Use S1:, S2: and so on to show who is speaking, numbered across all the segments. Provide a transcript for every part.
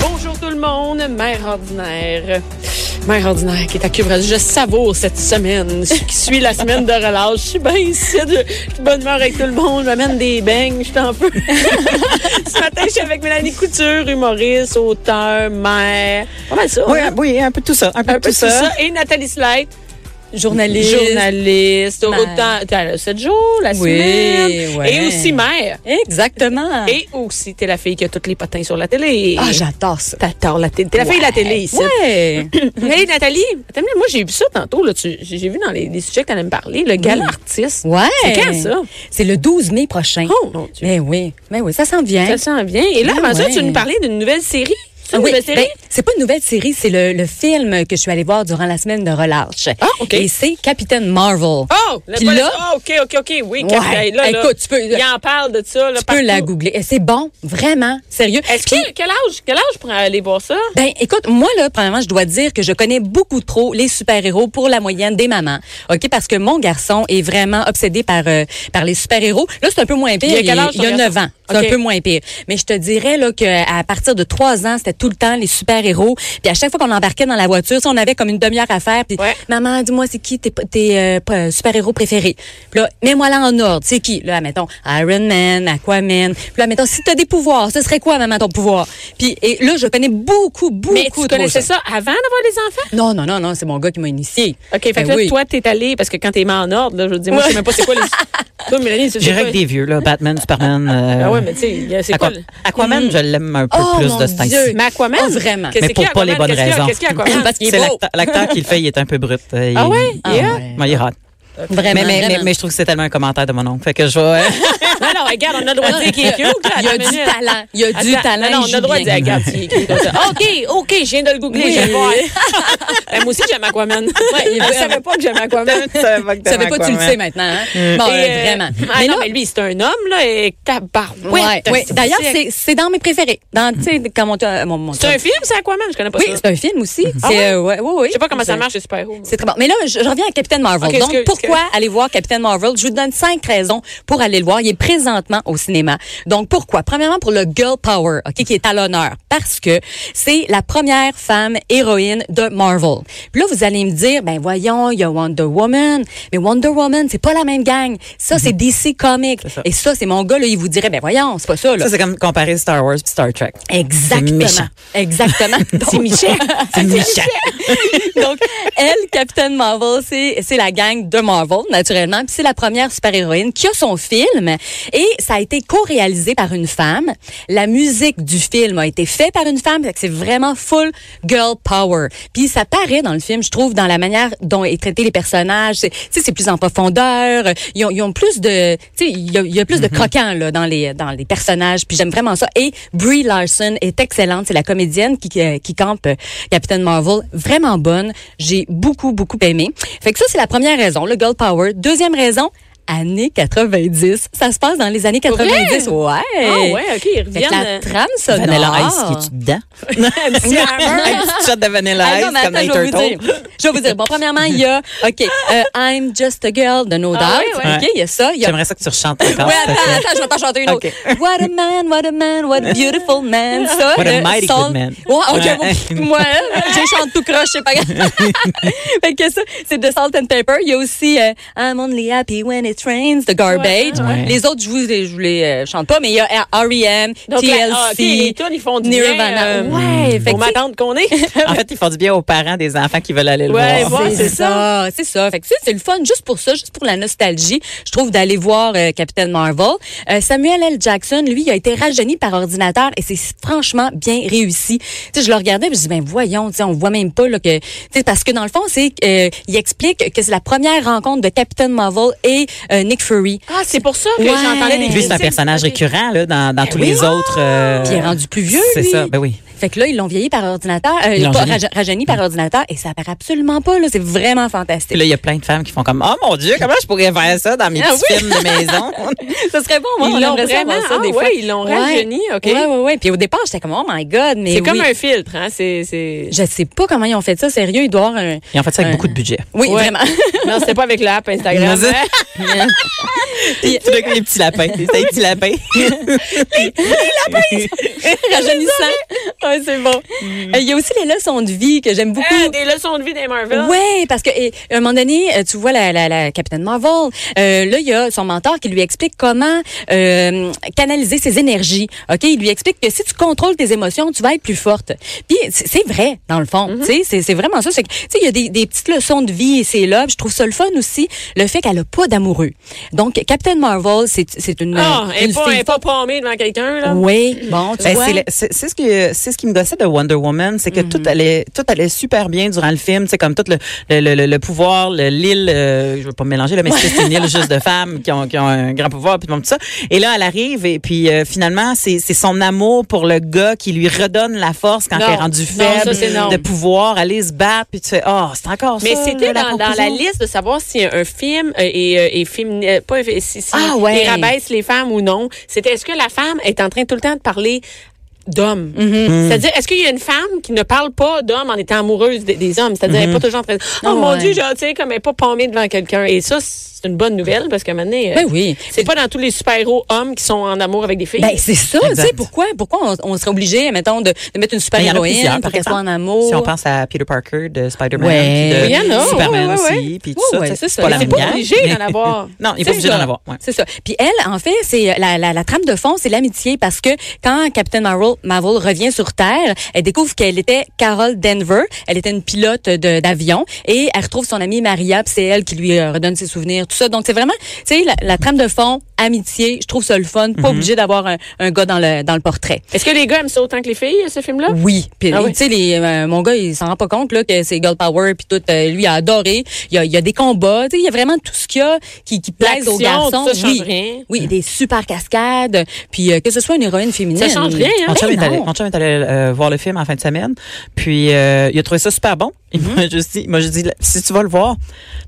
S1: Bonjour tout le monde, mère ordinaire. Mère ordinaire qui est à Cube Radio. Je savoure cette semaine ce qui suit la semaine de relâche. Je suis bien ici, je je suis de bonne humeur avec tout le monde. Je m'amène des beignes, je suis un peu. Ce matin, je suis avec Mélanie Couture, humoriste, auteur, mère. Pas mal ça.
S2: Oui,
S1: hein?
S2: un- oui, un peu de tout ça. Un peu,
S1: Un
S2: de
S1: peu
S2: tout ça.
S1: Et Nathalie Slate,
S3: Journaliste.
S1: journaliste,
S3: Mère.
S1: autant t'as le 7 jours, la
S3: Oui,
S1: semaine.
S3: ouais.
S1: Et aussi mère.
S3: Exactement.
S1: Et aussi, t'es la fille qui a tous les potins sur la télé.
S3: ah, j'adore ça.
S1: T'adores la télé. T'es la fille de la télé ici.
S3: Ouais.
S1: Hey Nathalie, attends, mais moi j'ai vu ça tantôt, là, tu- j'ai j'ai vu dans les, les sujets que tu allais me parler, le gala artiste.
S3: ouais.
S1: C'est quand, ça?
S3: C'est le 12 mai prochain.
S1: Oh mon Dieu.
S3: Mais oui, mais oui, ça s'en vient.
S1: Ça s'en vient. Et là,
S3: Ah,
S1: avant ça,
S3: ouais.
S1: tu nous parlais d'une nouvelle série. C'est
S3: Ah
S1: une
S3: oui,
S1: nouvelle série?
S3: ben, c'est pas une nouvelle série, c'est le, le film que je suis allée voir durant la semaine de relâche.
S1: Ah, OK.
S3: Et c'est Capitaine Marvel.
S1: oh!
S3: Puis
S1: pas
S3: là-
S1: Ah, OK, OK, OK. Oui,
S3: Ouais.
S1: Capitaine, là, là,
S3: Écoute, tu peux-
S1: Il en parle de ça. Là,
S3: tu peux la
S1: partout.
S3: googler. Et C'est bon, vraiment, sérieux.
S1: Est-ce
S3: Puis-
S1: que. Quel âge? Quel âge pour aller voir ça?
S3: Ben, écoute, moi, là, premièrement, je dois dire que je connais beaucoup trop les super-héros pour la moyenne des mamans. OK? Parce que mon garçon est vraiment obsédé par, euh, par les super-héros. Là, c'est un peu moins pire.
S1: Il a quel âge, ton
S3: il a
S1: garçon?
S3: 9 ans. C'est
S1: OK.
S3: un peu moins pire. Mais je te dirais, là, qu'à partir de 3 ans, c'était tout le temps les super-héros. Puis à chaque fois qu'on embarquait dans la voiture, tu sais, on avait comme une demi-heure à faire. Puis,
S1: Ouais.
S3: maman, dis-moi, c'est qui tes, tes euh, p- super-héros préférés? Puis là, mets-moi là en ordre. C'est qui? Là, mettons, Iron Man, Aquaman. Puis là, mettons, si t'as des pouvoirs, ce serait quoi, maman, ton pouvoir? Puis, et là, je connais beaucoup, beaucoup
S1: Mais tu
S3: trop
S1: connaissais ça avant d'avoir les enfants?
S3: Non, non, non, non, c'est mon gars qui m'a initié.
S1: OK, fait que
S3: Ben
S1: là,
S3: oui.
S1: toi, t'es allé, parce que quand t'es mis en ordre, là, je veux dire, moi, je sais même pas c'est quoi les. toi, Mélanie, tu sais
S2: J'irai
S1: pas.
S2: avec des vieux, là. Batman, Superman. euh,
S1: Ah ouais, mais tu sais, il y a- c'est
S2: Aqua-
S1: quoi? le-
S2: Aquaman, je l'aime un peu
S3: Oh,
S2: plus
S3: mon
S2: de ce temps-ci.
S3: Dieu.
S1: Mais Aquaman?
S3: Oh, vraiment.
S1: Qu'est-ce qu'il
S2: Mais pour
S1: y a,
S2: pas les
S1: Aquaman? Qu'est-ce qu'il
S2: bonnes
S1: y a?
S2: raisons.
S1: Qu'est-ce qu'il y a, Aquaman?
S3: Parce qu'il est
S2: C'est
S3: beau.
S2: l'acteur- L'acteur qui le fait, il est un peu brut. euh,
S1: Ah
S2: il-
S1: ouais?
S3: Ah
S1: Yeah.
S3: ouais.
S2: Moi, il est hot.
S3: Vraiment.
S2: mais, mais, mais,
S3: vraiment.
S2: mais je trouve que c'est tellement un commentaire de mon oncle. Fait que je vais.
S1: Non, non, regarde, on a le droit de dire qu'il est cute. là,
S3: Il y a
S1: attends
S3: du
S1: une minute.
S3: talent. Il y a du
S1: Attends,
S3: talent.
S1: Non, non,
S3: il
S1: on a le
S3: joue
S1: droit de dire,
S3: bien.
S1: regarde, il est cute comme ça. OK, OK, je viens de le googler,
S3: Oui.
S1: je vais voir. Ben, moi aussi, j'aime Aquaman.
S3: il est
S1: je
S3: vraiment-
S1: savais pas que j'aimais Aquaman.
S2: Tu savais pas,
S3: Tu savais pas, tu le sais maintenant. Hein? Bon,
S1: Et, euh,
S3: euh, vraiment.
S1: Ah,
S3: Mais
S1: non,
S3: là-
S1: mais lui, c'est un homme, là, et tabarouette.
S3: Ouais, ouais. D'ailleurs,
S1: c'est...
S3: c'est c'est dans mes préférés. Dans, tu sais, quand mon, mon, mon
S1: C'est un film, c'est Aquaman, je connais pas
S3: Oui,
S1: ça.
S3: c'est un film aussi.
S1: Ah
S3: C'est,
S1: ouais?
S3: euh, ouais, ouais, ouais.
S1: Je sais pas comment ça
S3: C'est-
S1: marche, les super-héros.
S3: C'est très bon. Mais là, je, je reviens à Captain Marvel.
S1: Ok,
S3: Donc,
S1: excuse,
S3: pourquoi aller voir Captain Marvel? Je vous donne cinq raisons pour aller le voir. Il est présentement au cinéma. Donc, pourquoi? Premièrement, pour le Girl Power, ok, qui est à l'honneur. Parce que c'est la première femme héroïne de Marvel. Puis là, vous allez me dire, ben voyons, il y a Wonder Woman. Mais Wonder Woman, c'est pas la même gang. Ça, c'est DC Comics.
S2: ça.
S3: Et ça, c'est mon gars, là, il vous dirait, ben voyons, c'est pas ça, là.
S2: Ça, c'est comme comparer Star Wars et Star Trek. C'est méchant.
S3: Exactement. Exactement. C'est Michel.
S2: C'est méchant.
S3: Donc, elle, Captain Marvel, c'est c'est la gang de Marvel, naturellement. Puis c'est la première super-héroïne qui a son film. Et ça a été co-réalisé par une femme. La musique du film a été faite par une femme. Fait que C'est vraiment full girl power. Puis ça paraît dans le film, je trouve, dans la manière dont est traité les personnages. C'est- Tu sais, c'est plus en profondeur. Ils ont, ils ont plus de... Tu sais, il y a, il y a plus
S2: Mhm.
S3: de croquants là, dans, les, dans les personnages. Puis j'aime vraiment ça. Et Brie Larson est excellente. C'est la comédienne qui, qui, qui campe euh, Captain Marvel. Vraiment bonne. J'ai beaucoup, beaucoup aimé. Fait que ça, c'est la première raison, le girl power. Deuxième raison, années 90. Ça se passe dans les années 90. Ouais. euh,
S1: Ah ouais, OK, ils
S3: Fait que la
S1: reviennent.
S3: trame sonore.
S2: Vanilla Ice qui est-tu dedans? Un petit shot de Vanilla
S3: Ah
S2: Ice
S3: non, mais
S2: comme
S3: attends,
S2: dans les
S3: je vais vous
S2: Turtles.
S3: dire. Je vais vous dire. Bon, premièrement, il y a, OK, euh, I'm Just a Girl de No Doubt.
S1: Ah ouais,
S2: ouais.
S3: OK, il y a ça. Il y a
S2: J'aimerais ça que tu rechantes encore.
S3: Ouais,
S2: s'il te
S3: attends,
S2: plaît.
S3: attends, je vais pas chanter une autre.
S2: Ok.
S3: What a man, what a man, what a beautiful man. Ça,
S2: What a
S3: le
S2: mighty
S3: Saul-
S2: good man.
S3: Ouais, ok,
S2: Ouais.
S3: bon, moi, je chante tout croche, c'est pas grave. fait que ça, c'est de Salt and Pepper. Il y a aussi euh, I'm only happy when it rains, de Garbage.
S2: ouais.
S3: Les autres, je vous, je vous les euh, chante pas, mais il y a E R.E.M.,
S1: Donc,
S3: TLC,
S1: la- ah, OK, les tunes, ils font du bien.
S3: Nirvana.
S1: euh,
S3: ouais, fait
S1: Pour
S3: que c'est-
S1: m'attendre qu'on est.
S2: En fait, ils font du bien aux parents des enfants qui veulent aller le
S1: Ouais, voir.
S2: voir.
S1: c'est
S3: Ah, c'est ça, c'est ça. Fait que tu sais, c'est le fun juste pour ça, juste pour la nostalgie. Je trouve d'aller voir euh, Captain Marvel. Euh, Samuel L. Jackson, lui, il a été rajeuni par ordinateur et c'est franchement bien réussi. Tu sais, je le regardais, puis je dis ben voyons, tu sais, on voit même pas là que tu sais parce que dans le fond, c'est euh, il explique que c'est la première rencontre de Captain Marvel et euh, Nick Fury.
S1: Ah, c'est pour ça que
S3: Ouais.
S1: j'entendais des
S3: Lui,
S2: Lui, c'est un
S1: critiques.
S2: personnage
S1: Ok.
S2: récurrent là, dans, dans tous
S3: Ben oui.
S2: les autres. euh,
S3: Puis il est rendu plus vieux,
S2: C'est
S3: lui.
S2: ça, ben oui.
S3: Fait que là, ils l'ont vieilli par ordinateur, euh,
S2: Ils l'ont
S3: pas,
S2: rajeuni.
S3: raje- rajeuni par ordinateur, et ça paraît absolument pas, là. C'est vraiment fantastique.
S2: Puis là, il y a plein de femmes qui font comme Oh mon Dieu, comment je pourrais faire ça dans mes
S3: Ah
S2: petits films de maison?
S3: ça serait bon, moi, on
S1: Ils l'ont
S3: aimerait ça
S1: vraiment,
S3: avoir ça,
S1: ah
S3: des
S1: ouais,
S3: fois.
S1: ils l'ont rajeuni, OK.
S3: Ouais, ouais, ouais. Puis au départ, j'étais comme, oh my God, mais.
S1: C'est comme
S3: oui.
S1: un filtre, hein? C'est. c'est-
S3: Je sais pas comment ils ont fait ça, sérieux. Ils doivent avoir un.
S2: Ils ont fait ça avec
S3: Ouais.
S2: beaucoup de budget.
S3: Oui,
S1: Ouais.
S3: vraiment.
S1: Non, c'était pas avec l'app Instagram.
S2: Non, c'est-
S1: hein?
S2: Puis, tout d'un coup, les petits lapins. C'est des petits lapins.
S3: Rajeunissant. Ouais, c'est bon. Euh, Il y a aussi les leçons de vie que j'aime beaucoup.
S1: Ah, des leçons de vie des Marvel.
S3: Oui, parce que et, à un moment donné, euh, tu vois la, la, la Capitaine Marvel, euh, là, il y a son mentor qui lui explique comment euh, canaliser ses énergies. OK? Il lui explique que si tu contrôles tes émotions, tu vas être plus forte. Puis c'est c'est vrai, dans le fond.
S1: Mm-hmm.
S3: Tu sais, c'est- C'est vraiment ça. C'est que, Tu sais, il y a des, des petites leçons de vie et c'est là. Puis Je trouve ça le fun aussi, le fait qu'elle a pas d'amoureux. Donc, Captain Marvel, c'est c'est une,
S1: Ah,
S3: euh,
S1: elle
S3: une
S1: n'est pas, elle est
S3: fille...
S1: pas pommée devant quelqu'un, là.
S3: Oui, bon, tu
S2: Ben,
S3: vois.
S2: c'est le- c'est c'est ce que c'est ce qui me gossait de Wonder Woman, c'est
S1: Mm.
S2: que tout allait tout allait super bien durant le film, c'est comme tout le le, le, le- le pouvoir, le- l'île, euh, je veux pas me mélanger là, mais c'est une île juste de femmes qui ont, qui ont un grand pouvoir puis bon, tout ça. Et là elle arrive et puis euh, finalement c'est c'est son amour pour le gars qui lui redonne la force quand
S1: Non.
S2: elle est rendue
S1: Non, ça,
S2: faible
S1: c'est non.
S2: de pouvoir aller se battre puis tu fais oh c'est encore
S1: Mais
S2: ça.
S1: c'était
S2: là,
S1: dans, dans la
S2: conclusion.
S1: liste de savoir si un film euh, est, euh, est fémini- euh, pas si, si
S3: Ah, ouais.
S1: il rabaisse les femmes ou non. C'était est-ce que la femme est en train tout le temps de parler d'hommes.
S3: Mm-hmm.
S1: C'est-à-dire, est-ce qu'il y a une femme qui ne parle pas d'hommes en étant amoureuse des, des hommes? C'est-à-dire, elle n'est pas toujours en train de, oh,
S3: Ah,
S1: mon
S3: ouais.
S1: Dieu, j'ai- tu sais, comme elle n'est pas pommée devant quelqu'un. Et ça, c'est une bonne nouvelle parce que maintenant, euh,
S3: Ben oui.
S1: c'est pas dans tous les super-héros hommes qui sont en amour avec des filles.
S3: Ben, c'est ça, tu
S2: Exact.
S3: sais, pourquoi, pourquoi on, on serait obligé, mettons, de, de mettre une super
S2: Ben, il y en a
S3: héroïne
S2: plusieurs,
S3: pour
S2: par
S3: qu'elle soit en
S2: exemple.
S3: amour?
S2: Si on pense à Peter Parker de Spider-Man,
S3: Ouais.
S2: puis
S3: Il
S2: de
S3: y en a,
S2: Superman
S1: ouais, ouais,
S2: aussi, puis tout
S3: Ouais,
S2: ça,
S3: ouais,
S2: tu sais,
S3: c'est
S2: c'est
S3: ça.
S2: pas la
S3: Mais
S1: c'est
S2: même
S1: pas
S2: gang,
S1: obligé
S2: mais-
S1: d'en avoir.
S2: Non, il est
S3: C'est
S2: pas obligé
S3: ça.
S2: d'en avoir. ouais.
S3: C'est ça. Puis elle, en fait, c'est euh, la, la, la trame de fond, c'est l'amitié parce que quand Captain Marvel, Marvel revient sur Terre, elle découvre qu'elle était Carol Denver. Elle était une pilote de- d'avion et elle retrouve son amie Maria, puis c'est elle qui lui euh, redonne ses souvenirs, tout ça. Donc c'est vraiment, tu sais, la, la trame de fond, amitié, je trouve ça le fun.
S2: Mm-hmm.
S3: Pas obligé d'avoir un, un gars dans le, dans le portrait.
S1: Est-ce que les gars aiment ça autant que les filles, euh, ce film-là?
S3: Oui, puis
S1: Ah oui.
S3: tu sais les euh, mon gars il s'en rend pas compte là que c'est girl power puis tout euh, lui il a adoré, il y a, il y a des combats, tu sais il y a vraiment tout ce qu'il y a qui qui plaise aux
S1: L'action,
S3: garçons,
S1: tout ça change
S3: oui.
S1: rien.
S3: Oui, des super cascades, puis euh, que ce soit une héroïne féminine.
S1: Ça change rien, hein?
S2: Mon chum,
S3: Eh
S2: est allé,
S3: non.
S2: mon chum est allé, euh, voir le film en fin de semaine, puis euh, il a trouvé ça super bon. Il
S3: Mm-hmm.
S2: m'a juste dit, il m'a juste dit, si tu vas le voir,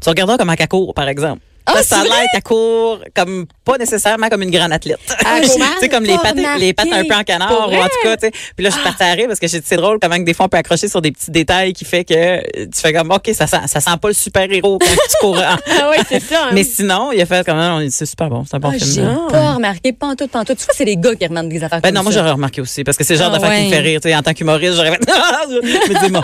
S2: tu regarderas comment qu'elle court, par exemple.
S3: Ah,
S2: Parce que ça a
S3: c'est
S2: l'air qu'elle court comme pas nécessairement comme une grande athlète.
S1: Ah,
S2: tu
S1: comment?
S2: sais comme les
S3: Pas
S2: pattes, les pattes un
S3: remarqué.
S2: peu
S3: Ah.
S2: en
S1: Pour
S2: canard ou
S1: vrai?
S2: en tout cas, tu sais. Puis là je suis partie à rire parce que j'ai dit, c'est drôle comment que des fois on peut accrocher sur des petits détails qui fait que euh, tu fais comme OK, ça sent ça sent pas le super-héros quand tu cours. en-
S1: Ah oui, c'est ça. hein.
S2: Mais sinon, il a fait quand même c'est super bon, c'est un bon
S3: Ah,
S2: film.
S3: J'ai pas remarqué pantoute pantoute. Tu vois c'est les gars qui remandent des affaires
S2: Ben
S3: comme
S2: non, moi
S3: ça.
S2: j'aurais remarqué aussi parce que c'est le genre
S3: Ah,
S2: d'affaire qui me fait
S3: ouais.
S2: rire. tu sais, en tant qu'humoriste, j'aurais fait. Ah, je- mais dis-moi.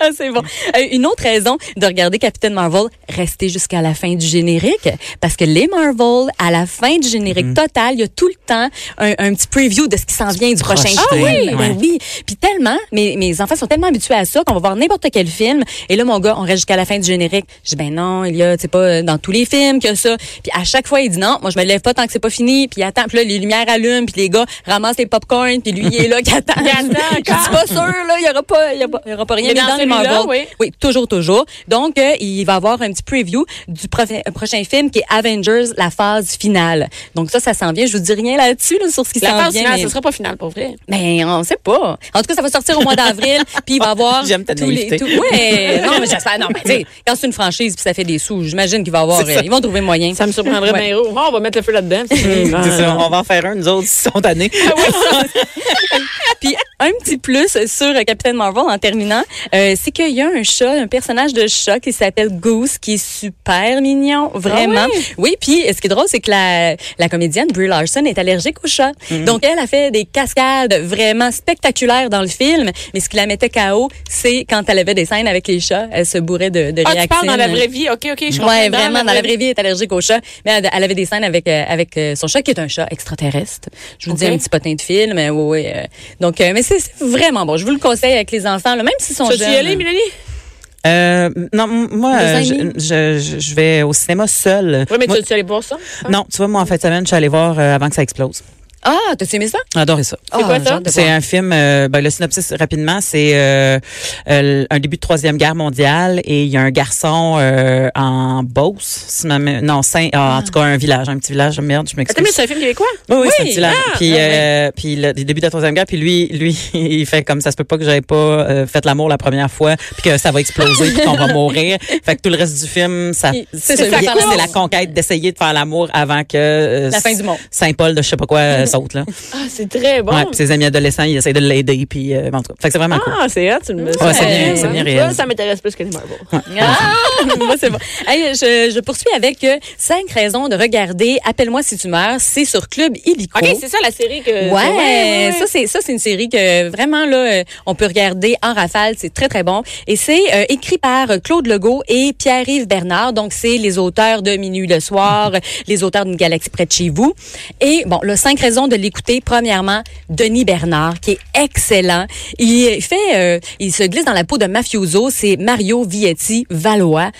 S3: Ah, c'est bon. Euh, une autre raison de regarder Captain Marvel, rester jusqu'à la fin du générique, parce que les Marvel, à la fin du générique total, il y a tout le temps un, un petit preview de ce qui s'en vient du prochain
S2: proche,
S3: film.
S2: ouais.
S3: Ben
S2: Ouais.
S3: oui. Puis tellement, mes, mes enfants sont tellement habitués à ça qu'on va voir n'importe quel film. Et là, mon gars, on reste jusqu'à la fin du générique. Je dis, ben non, il y a, c'est pas euh, dans tous les films que ça. Puis à chaque fois, il dit non, moi je me lève pas tant que c'est pas fini. Puis il attend. Puis là, les lumières allument. Puis les gars ramassent les popcorns. Puis lui, il est là qui attend.
S1: Il attend
S3: Je dis,
S1: encore.
S3: pas sûr, là, il y aura pas, il y aura pas- il y aura pas rien.
S1: Mais
S3: Mais
S1: dans
S3: dans les
S1: celui-là,
S3: Marvel,
S1: oui.
S3: oui, toujours, toujours. Donc, euh, il va avoir un petit preview du profi- euh, prochain film qui est Avengers, la phase finale. Donc ça, ça s'en vient. Je vous dis rien là-dessus, là, sur ce qui
S1: La
S3: s'en
S1: phase
S3: vient.
S1: finale,
S3: mais-
S1: ce sera pas final pour vrai.
S3: mais on sait pas. En tout cas, ça va sortir au mois d'avril, puis il va avoir
S2: J'aime ta
S3: tous les
S2: naïveté.
S3: tous- Ouais, non, mais j'espère non, mais tu sais, quand c'est une franchise puis ça fait des sous, j'imagine qu'il va avoir euh, ils vont trouver moyen.
S1: Ça me surprendrait
S3: Ouais.
S1: bien gros. Oh, on va mettre le feu là-dedans. puis c'est-
S2: C'est ça, on va en faire un, nous autres, ils sont tannés.
S3: Puis un petit plus sur euh, Captain Marvel en terminant, euh, c'est qu'il y a un chat, un personnage de chat qui s'appelle Goose, qui est super mignon,
S1: Ah
S3: vraiment. oui? puis euh, ce qui est drôle, c'est que la, la comédienne Brie Larson est allergique aux chats.
S1: Mm-hmm.
S3: Donc elle a fait des cascades vraiment spectaculaires dans le film, mais ce qui la mettait KO, c'est quand elle avait des scènes avec les chats, elle se bourrait de, de euh,
S1: Ah, tu
S3: réactines.
S1: parles dans la vraie vie. OK, OK, je comprends.
S3: Ouais, vraiment, dans la vraie vie, elle est allergique au chat. Mais elle, elle avait des scènes avec, euh, avec euh, son chat, qui est un chat extraterrestre. Je vous dis
S1: Ok.
S3: un petit potin de film. mais oui, oui, euh, donc, euh, mais c'est c'est vraiment bon. Je vous le conseille avec les enfants, là, même s'ils sont
S1: Tu vas
S3: jeunes.
S1: y aller, Mélanie?
S2: Euh, non, m- moi,
S3: Deux ans
S2: euh,
S3: et
S2: je,
S3: demi.
S2: je, je- je vais au cinéma seule.
S1: Oui, mais
S2: Moi-
S1: tu vas y aller voir ça?
S2: non, tu vois, moi, en fin de semaine, je suis allée voir euh, avant que ça explose.
S3: Ah, t'as-tu aimé ça? Ah,
S2: J'ai adoré ça.
S3: C'est
S1: quoi ça? de
S2: C'est un film, euh, ben, le synopsis rapidement, c'est euh, euh, un début de Troisième Guerre mondiale et il y a un garçon euh, en Beauce, si ma mé- non, Saint, ah, en tout cas un village, un petit village, merde, je
S1: Attends,
S2: m'excuse.
S1: mais c'est un film québécois?
S2: Oui, oui, c'est un
S1: Oui,
S2: petit village.
S1: ah,
S2: puis,
S1: ah,
S2: euh, puis le début de la troisième guerre, puis lui, lui, il fait comme ça se peut pas que j'avais pas euh, fait l'amour la première fois, puis que ça va exploser, puis qu'on va mourir. Fait que tout le reste du film, ça,
S3: Il-
S2: c'est
S3: c'est
S2: c'est
S3: ça, il-
S2: c'est la conquête d'essayer de faire l'amour avant que euh,
S3: La fin du monde.
S2: Saint-Paul de je sais pas quoi euh, saute là.
S1: Ah, c'est très bon.
S2: Ouais, puis ses amis adolescents, ils essayent de l'aider, puis euh, en tout cas. Fait que c'est vraiment cool.
S1: ah, c'est hot, tu me
S2: Ouais, c'est bien- c'est bien réel.
S1: Ça, ça m'intéresse plus que les Marvel.
S3: Ah, moi, c'est bon. Hey, je, je poursuis avec euh, cinq raisons de regarder Appelle-moi si tu meurs. C'est sur Club Illico.
S1: OK, c'est ça la série que...
S3: oh. Ouais,
S1: Ouais, ouais, ouais.
S3: ça c'est ça c'est une série que vraiment là euh, on peut regarder en rafale, c'est très très bon et c'est euh, écrit par euh, Claude Legault et Pierre-Yves Bernard. Donc c'est les auteurs de Minuit le soir, euh, les auteurs d'une galaxie près de chez vous et bon, le cinq raisons de l'écouter. Premièrement, Denis Bernard qui est excellent. Il fait euh, il se glisse dans la peau de mafioso, c'est Mario Vietti Valois.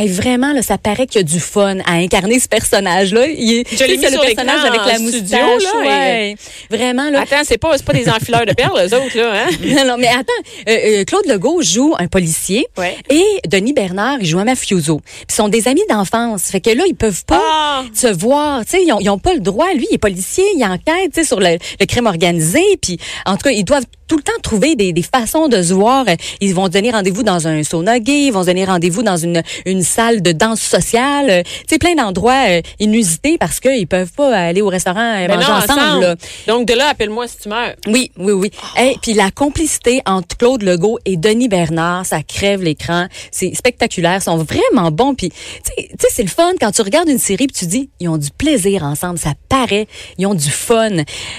S3: Et vraiment là, ça paraît qu'il y a du fun à incarner ce personnage là. Il est-
S1: Je l'ai
S3: tu sais,
S1: mis
S3: c'est le
S1: sur l'écran
S3: personnage avec
S1: en
S3: la
S1: studio,
S3: moustache
S1: là, et-
S3: ouais. Vraiment là, Oh.
S1: Attends, c'est pas, c'est pas des enfileurs de perles, eux autres, là, hein?
S3: non, non, mais attends, euh, euh, Claude Legault joue un policier
S1: Ouais.
S3: et Denis Bernard, il joue un mafioso. Puis ils sont des amis d'enfance. Fait que là, ils peuvent pas
S1: Ah!
S3: se voir. Tu sais, ils ont, ils ont pas le droit. Lui, il est policier, il enquête tu sais, sur le, le crime organisé. Puis, en tout cas, ils doivent tout le temps trouver des, des façons de se voir. Ils vont se donner rendez-vous dans un sauna gay, ils vont se donner rendez-vous dans une, une salle de danse sociale. Euh, Tu sais, plein d'endroits euh, inusités parce qu'ils peuvent pas aller au restaurant et
S1: Mais
S3: manger
S1: Ben non,
S3: ensemble. là.
S1: Donc, de là, appelle-moi si tu meurs.
S3: Oui, oui, oui. Et puis la complicité entre Claude Legault et Denis Bernard, ça crève l'écran. C'est spectaculaire. Ils sont vraiment bons. Puis, tu sais, tu sais, c'est le fun quand tu regardes une série puis tu dis, ils ont du plaisir ensemble. Ça paraît. Ils ont du fun.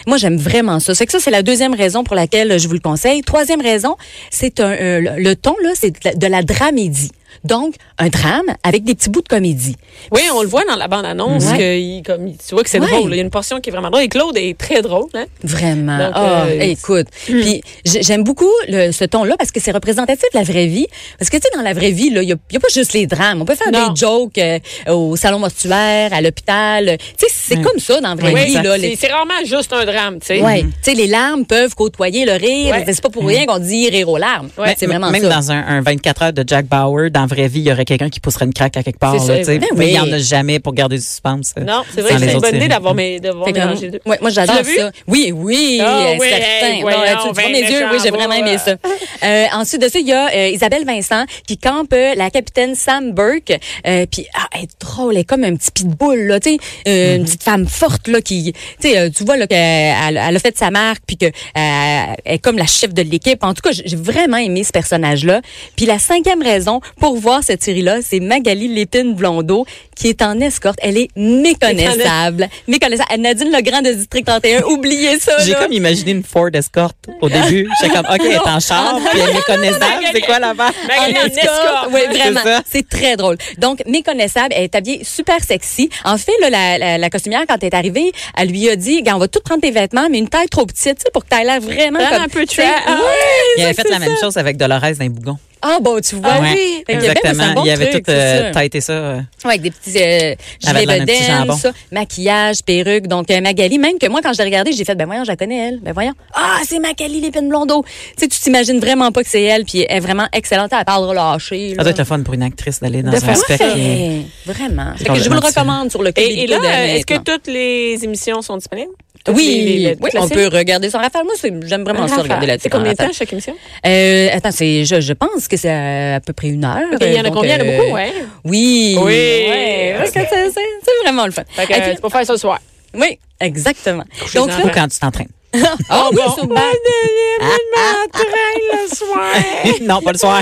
S3: Moi, j'aime vraiment ça. C'est que ça, c'est la deuxième raison pour laquelle je vous le conseille. Troisième raison, c'est un, euh, le- le ton, là, c'est de la- de la dramédie. Donc, un drame avec des petits bouts de comédie.
S1: Oui, on le voit dans la bande-annonce,
S3: Ouais.
S1: que il- comme, il- tu vois que c'est
S3: Ouais.
S1: drôle. là. Il y a une portion qui est vraiment drôle. Et Claude est très drôle, hein?
S3: Vraiment.
S1: Donc,
S3: Ah,
S1: euh,
S3: écoute. Puis j'ai- j'aime beaucoup le- ce ton-là parce que c'est représentatif de la vraie vie. Parce que tu sais, dans la vraie vie, il n'y a, y a pas juste les drames. On peut faire
S1: Non.
S3: des jokes euh, au salon mortuaire, à l'hôpital. Tu sais, c'est
S2: Oui.
S3: comme ça dans la vraie
S1: Hmm. Oui,
S3: vie.
S1: c'est-
S3: Là,
S1: c'est
S3: les...
S1: c'est rarement juste un drame, tu sais.
S3: Ouais. Tu sais, les larmes peuvent côtoyer le rire.
S1: Ouais. Hmm.
S3: C'est pas pour rien qu'on dit rire aux larmes.
S1: Ouais.
S3: C'est vraiment
S2: même
S3: ça.
S2: dans un, un 24 heures de Jack Bauer, dans la vraie vie, il y aurait quelqu'un qui pousserait une craque à quelque part.
S1: C'est ça,
S2: Là, tu sais.
S3: ben
S2: Mais il n'y
S3: oui.
S2: en a jamais pour garder du suspense. euh,
S1: Non, c'est vrai
S2: dans
S1: que
S2: les
S1: c'est une
S2: autres
S1: bonne idée
S2: séries.
S1: d'avoir mé- d'avoir
S3: Fait que,
S1: mélangé les deux.
S3: ouais, moi, j'adore
S1: Tu l'as vu?
S3: ça. Oui, oui,
S1: Ah
S3: euh,
S1: oui,
S3: certain.
S1: hey,
S3: Ouais,
S1: voyons,
S3: tu- tu vois
S1: ben
S3: mes yeux,
S1: méchant,
S3: oui, j'ai vraiment aimé ça. Euh, ensuite de ça, il y a euh, Isabelle Vincent qui campe euh, la capitaine Sam Burke. Euh, puis, ah, elle est drôle, elle est comme un petit pitbull, là, tu sais, euh,
S1: Mm-hmm.
S3: une petite femme forte, là, qui, tu sais, euh, tu vois, là, qu'elle elle, elle a fait sa marque, puis que euh, elle est comme la chef de l'équipe. En tout cas, j'ai j'ai vraiment aimé ce personnage-là. Puis la cinquième raison pour voir cette série-là, c'est Magali Lépine Blondeau qui est en escorte. Elle est méconnaissable. Méconnaissable. Eh, Nadine Legrand de District 31, oubliez ça,
S2: J'ai
S3: là.
S2: comme imaginé une Ford Escort au début. J'étais comme, OK, elle est en char, puis elle est méconnaissable. C'est quoi là-bas?
S1: Magali en escorte.
S3: Oui,
S2: C'est
S3: vraiment.
S2: ça.
S3: C'est très drôle. Donc, méconnaissable, elle est habillée super sexy. En fait, là, la, la, la costumière, quand elle est arrivée, elle lui a dit, Gars, on va tout prendre tes vêtements, mais une taille trop petite, tu sais, pour que tu aies l'air vraiment
S1: Prends
S3: comme...
S1: un peu de
S3: tu sais,
S1: trash. Ah,
S3: oui,
S2: Il avait
S3: ça,
S2: fait la
S3: c'est
S2: même
S3: ça.
S2: chose avec Dolores dans les bougons.
S3: Ah, bon, tu vois.
S1: Ah
S2: Ouais,
S1: oui.
S3: Fait que, ben,
S2: Exactement.
S3: c'est un bon
S2: il avait
S3: truc,
S2: tout
S3: c'est
S2: euh,
S3: ça.
S2: têté ça. euh.
S3: Ouais, avec des petits euh,
S2: Avec
S3: gilets
S2: de la- un petit
S3: bedaines,
S2: jambon.
S3: ça, maquillage, perruque. Donc, euh, Magali, même que moi, quand je l'ai regardée, j'ai fait, ben voyons, je la connais, elle. Ben voyons. Ah, c'est Magali Lépine Blondeau. Tu sais, tu t'imagines vraiment pas que c'est elle, puis elle est vraiment excellente. Elle parle relâchée.
S2: Ça
S3: là.
S2: doit être le fun pour une actrice d'aller dans
S1: De
S2: un
S1: faire-
S2: spectacle. et-
S3: Ouais, Vraiment. Fait que je
S2: complètement
S3: vous le
S2: différent.
S3: recommande sur le club.
S1: Et, et là, euh,
S3: Illico de
S1: est-ce que
S3: maintenant.
S1: toutes les émissions sont disponibles? Toutes
S3: Oui,
S1: les- les- les-
S3: oui,
S1: toutes les
S3: on
S1: séries?
S3: peut regarder son rafale. Moi, c'est- j'aime vraiment ça regarder la
S1: C'est
S3: télé en
S1: combien de temps
S3: rafale.
S1: chaque émission?
S3: Euh, attends, c'est, je, je pense que c'est à, à peu près une heure.
S1: Ok, il y en a
S3: Donc,
S1: combien? Il y en a
S3: euh,
S1: beaucoup, ouais.
S3: Oui.
S1: Oui.
S3: Ouais, parce que c'est, c'est- c'est vraiment le fun.
S1: Fait que,
S3: Et
S1: euh,
S3: puis-
S1: tu peux faire ça ce soir.
S3: oui, exactement.
S1: les
S3: Donc,
S1: enfants.
S2: Ou
S3: là,
S2: quand tu t'entraînes.
S3: ah oui,
S1: bon.
S3: sur le banc. Ah,
S1: le soir.
S2: non, pas le soir.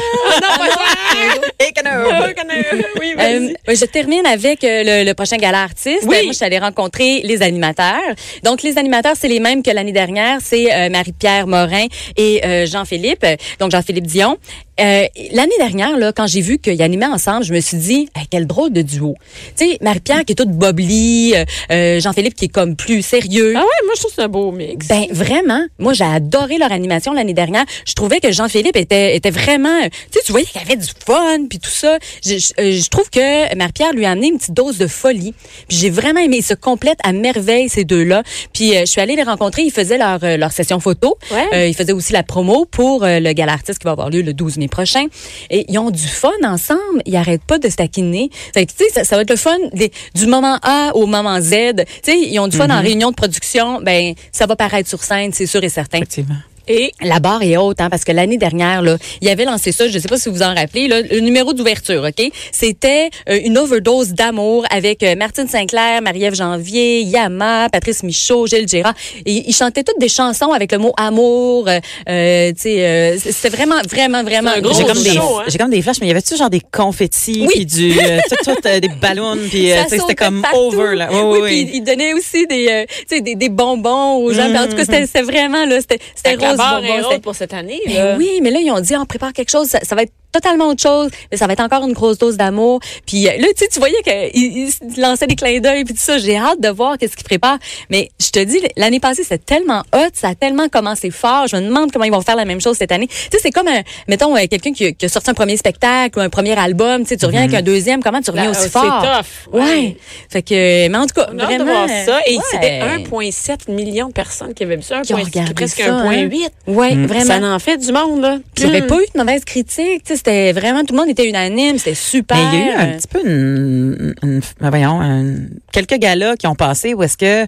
S1: Oui,
S3: Euh,
S1: vas-y.
S3: je termine avec euh, le, le prochain gala artiste.
S1: Oui.
S3: Euh, Moi, je suis allée rencontrer les animateurs. Donc, les animateurs, c'est les mêmes que l'année dernière. C'est euh, Marie-Pierre Morin et euh, Jean-Philippe. Euh, Donc, Jean-Philippe Dion. Euh, L'année dernière, là, quand j'ai vu qu'ils animaient ensemble, je me suis dit, Hey, quel drôle de duo. Tu sais, Marie-Pierre qui est toute boblie, euh, euh, Jean-Philippe qui est comme plus sérieux.
S1: Ah ouais, moi, je trouve que c'est un beau mix.
S3: Ben vraiment, moi j'ai adoré leur animation l'année dernière. Je trouvais que Jean-Philippe était était vraiment, tu sais, tu voyais qu'il y avait du fun puis tout ça. Je, je- euh, je trouve que Marie-Pierre lui a amené une petite dose de folie. Puis j'ai vraiment aimé. Ils se complètent à merveille ces deux-là. Puis euh, je suis allée les rencontrer. Ils faisaient leur euh, leur session photo.
S1: Ouais.
S3: Euh, ils faisaient aussi la promo pour euh, le gala artiste qui va avoir lieu le 12 mai prochain. Et ils ont du fun ensemble. Ils arrêtent pas de se taquiner. Fait que, tu sais, ça, ça va être le fun des- du moment A au moment Z. Tu sais, ils ont du fun en réunion de production. Ben, ça va paraître sur scène, c'est sûr et certain.
S2: Effectivement.
S1: Et
S3: La barre est haute, hein, parce que l'année dernière, là, il avait lancé ça, je ne sais pas si vous vous en rappelez, là, le numéro d'ouverture, OK? C'était euh, une overdose d'amour avec euh, Martine Sinclair, Marie-Ève Janvier, Yama, Patrice Michaud, Gilles Gérard. Et ils chantaient toutes des chansons avec le mot amour. Euh, euh, tu sais, euh, c'était vraiment, vraiment, vraiment...
S1: C'est un
S3: gros
S2: J'ai comme, des,
S1: show, hein?
S2: j'ai comme des flashs, mais il y avait-tu genre des confettis,
S3: Oui.
S2: puis du, euh, tout, tout, euh, des ballons, puis euh,
S3: Ça
S2: tu sais,
S3: sautait
S2: c'était comme
S3: partout.
S2: over. Là. Oui, oui, oui.
S3: puis il donnait aussi des, euh, tu sais, des, des bonbons aux gens. Mais En tout cas, c'était c'était vraiment, là, c'était c'était
S1: Mm-hmm. fait que la barre
S3: rose bonbon.
S1: est
S3: c'était-
S1: haute pour cette année.
S3: Ben
S1: là.
S3: oui, mais là, ils ont dit, on prépare quelque chose, ça, ça va être totalement autre chose, mais ça va être encore une grosse dose d'amour. Puis euh, là, tu sais, tu voyais qu'ils lançaient des clins d'œil, puis tout ça, j'ai hâte de voir qu'est-ce qu'ils préparent. Mais je te dis, l'année passée, c'était tellement hot, ça a tellement commencé fort, je me demande comment ils vont faire la même chose cette année. Tu sais, c'est comme, un, mettons, euh, quelqu'un qui, a- qui a sorti un premier spectacle ou un premier album, tu sais, tu reviens avec un deuxième, comment tu reviens
S1: Là,
S3: aussi
S1: euh,
S3: fort?
S1: Mhm. C'est tough.
S3: Ouais. Fait que, mais en tout cas,
S1: On a hâte de
S3: vraiment.
S1: voir ça. Et
S3: ouais.
S1: c'était 1,7 million de personnes qui avaient vu ça.
S3: Qui ont
S1: 1,7,
S3: regardé
S1: presque
S3: ça,
S1: 1,8.
S3: Ouais, vraiment.
S1: Mm. Ça en fait du monde, là.
S3: Il n'y avait pas eu de mauvaise critique. tu sais, C'était vraiment, tout le monde était unanime. C'était super.
S2: Mais il y a eu un petit peu une, une- une- voyons, un- quelques galas qui ont passé où est-ce que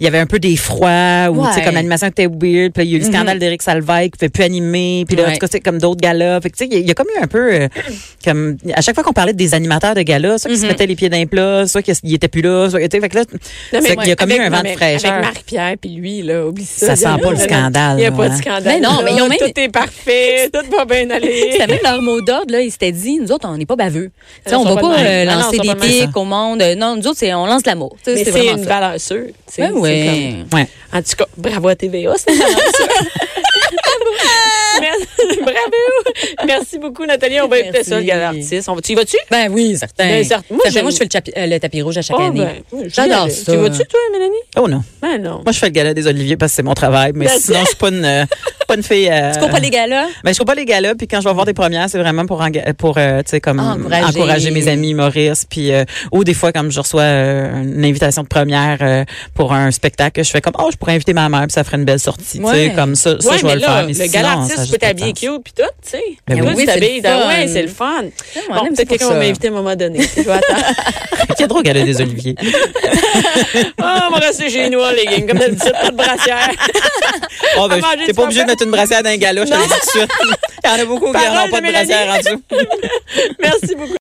S2: il y avait un peu des froids ou tu sais
S3: Ouais.
S2: comme l'animation était weird, puis il y a eu le scandale d'Éric Salveille qui pouvait plus animer, puis là en
S3: Ouais.
S2: tout cas c'est comme d'autres galas. Fait que tu sais il y a- il y, a comme eu un peu euh, comme à chaque fois qu'on parlait des animateurs de galas, soit qui se mettaient les pieds d'un plat, soit qu'ils étaient plus là, soit tu sais, fait que là
S1: Non, mais
S2: c'est qu'il y a comme eu
S1: avec-
S2: un
S1: non,
S2: vent de
S1: mais
S2: fraîcheur.
S1: Avec Marie-Pierre puis lui, là, oublie
S2: Ça
S1: ça.
S2: sent pas le scandale,
S1: Il n'y a
S2: là,
S1: pas de
S2: hein.
S1: scandale.
S3: Mais non, mais ils
S1: là.
S3: ont même-
S1: Tout est parfait, tout va bien aller.
S3: C'était même leur mot d'ordre, là. Ils s'étaient dit, nous autres, on n'est pas baveux. Tu sais,
S1: Non,
S3: on
S1: ils
S3: va
S1: sont
S3: pas,
S1: pas de
S3: euh,
S1: même. Non, non,
S3: lancer
S1: ils sont
S3: des
S1: pas de même,
S3: pics au monde. Euh, Non, nous autres, c'est, on lance l'amour. Tu sais,
S1: Mais
S3: C'est
S1: c'est
S3: vraiment
S1: une
S3: ça.
S1: valeur sûre. C'est-
S3: Ben
S1: c'est
S3: ouais.
S2: Ouais.
S1: comme- En tout cas, bravo à TVA, c'est une valeur sûre. Merci, bravo. Merci beaucoup, Nathalie. On va éviter
S3: Merci.
S1: ça, le gars artiste. On va- Tu y vas-tu?
S3: Ben oui, certain.
S1: Ben, certain. Moi,
S3: Ça fait-
S1: j'aime-
S3: moi, je fais le, chapi- euh, le tapis rouge à chaque
S1: Ah,
S3: année.
S1: ben, oui,
S3: J'adore
S1: j'y vais.
S3: ça.
S1: Tu vas-tu, toi, Mélanie?
S2: Oh non.
S1: Ben non.
S2: Moi je fais le gala des Oliviers parce que c'est mon travail, mais
S1: Ben,
S2: sinon je suis pas une euh, pas une fille euh,
S3: Tu comprends les gars là?
S2: Mais je trouve pas les galas, puis quand je vais voir des premières, c'est vraiment pour enga- pour euh, tu sais comme
S3: Encourager.
S2: encourager. mes amis humoristes, puis euh, ou des fois comme je reçois euh, une invitation de première euh, pour un spectacle, je fais comme oh je pourrais inviter ma mère, puis ça ferait une belle sortie, tu
S3: Ouais.
S2: sais comme ça, ça
S1: Ouais,
S2: je vais
S1: mais
S2: le
S1: là,
S2: faire.
S1: le
S2: mais sinon,
S1: gala
S2: ça a
S1: artiste, tu
S2: juste
S1: peux
S2: pas de
S1: t'habiller
S2: sens.
S1: cute puis tout, tu sais.
S2: Ben
S1: Là,
S2: oui.
S1: tu
S3: Oui, c'est le
S1: t'habilles dans-
S3: fun.
S1: Ouais, c'est le fun.
S3: on
S1: Bon,
S3: aime ça
S1: peut-être quelqu'un
S3: pour
S1: va
S3: ça.
S1: m'inviter à un moment donné. Je vais attendre.
S2: Qui au gala des Oliviers
S1: Ah, on va rester chez nous, les gangs. Comme d'habitude, pas de brassière.
S2: Oh ben
S1: manger
S2: t'es
S1: du
S2: pas obligé de
S1: pain.
S2: mettre une brassière dans un gala, je te le dis tout de suite. Il y en a beaucoup qui
S1: Parole
S2: n'en ont
S1: de
S2: pas de
S1: Mélanie.
S2: brassière en dessous.
S1: Merci beaucoup.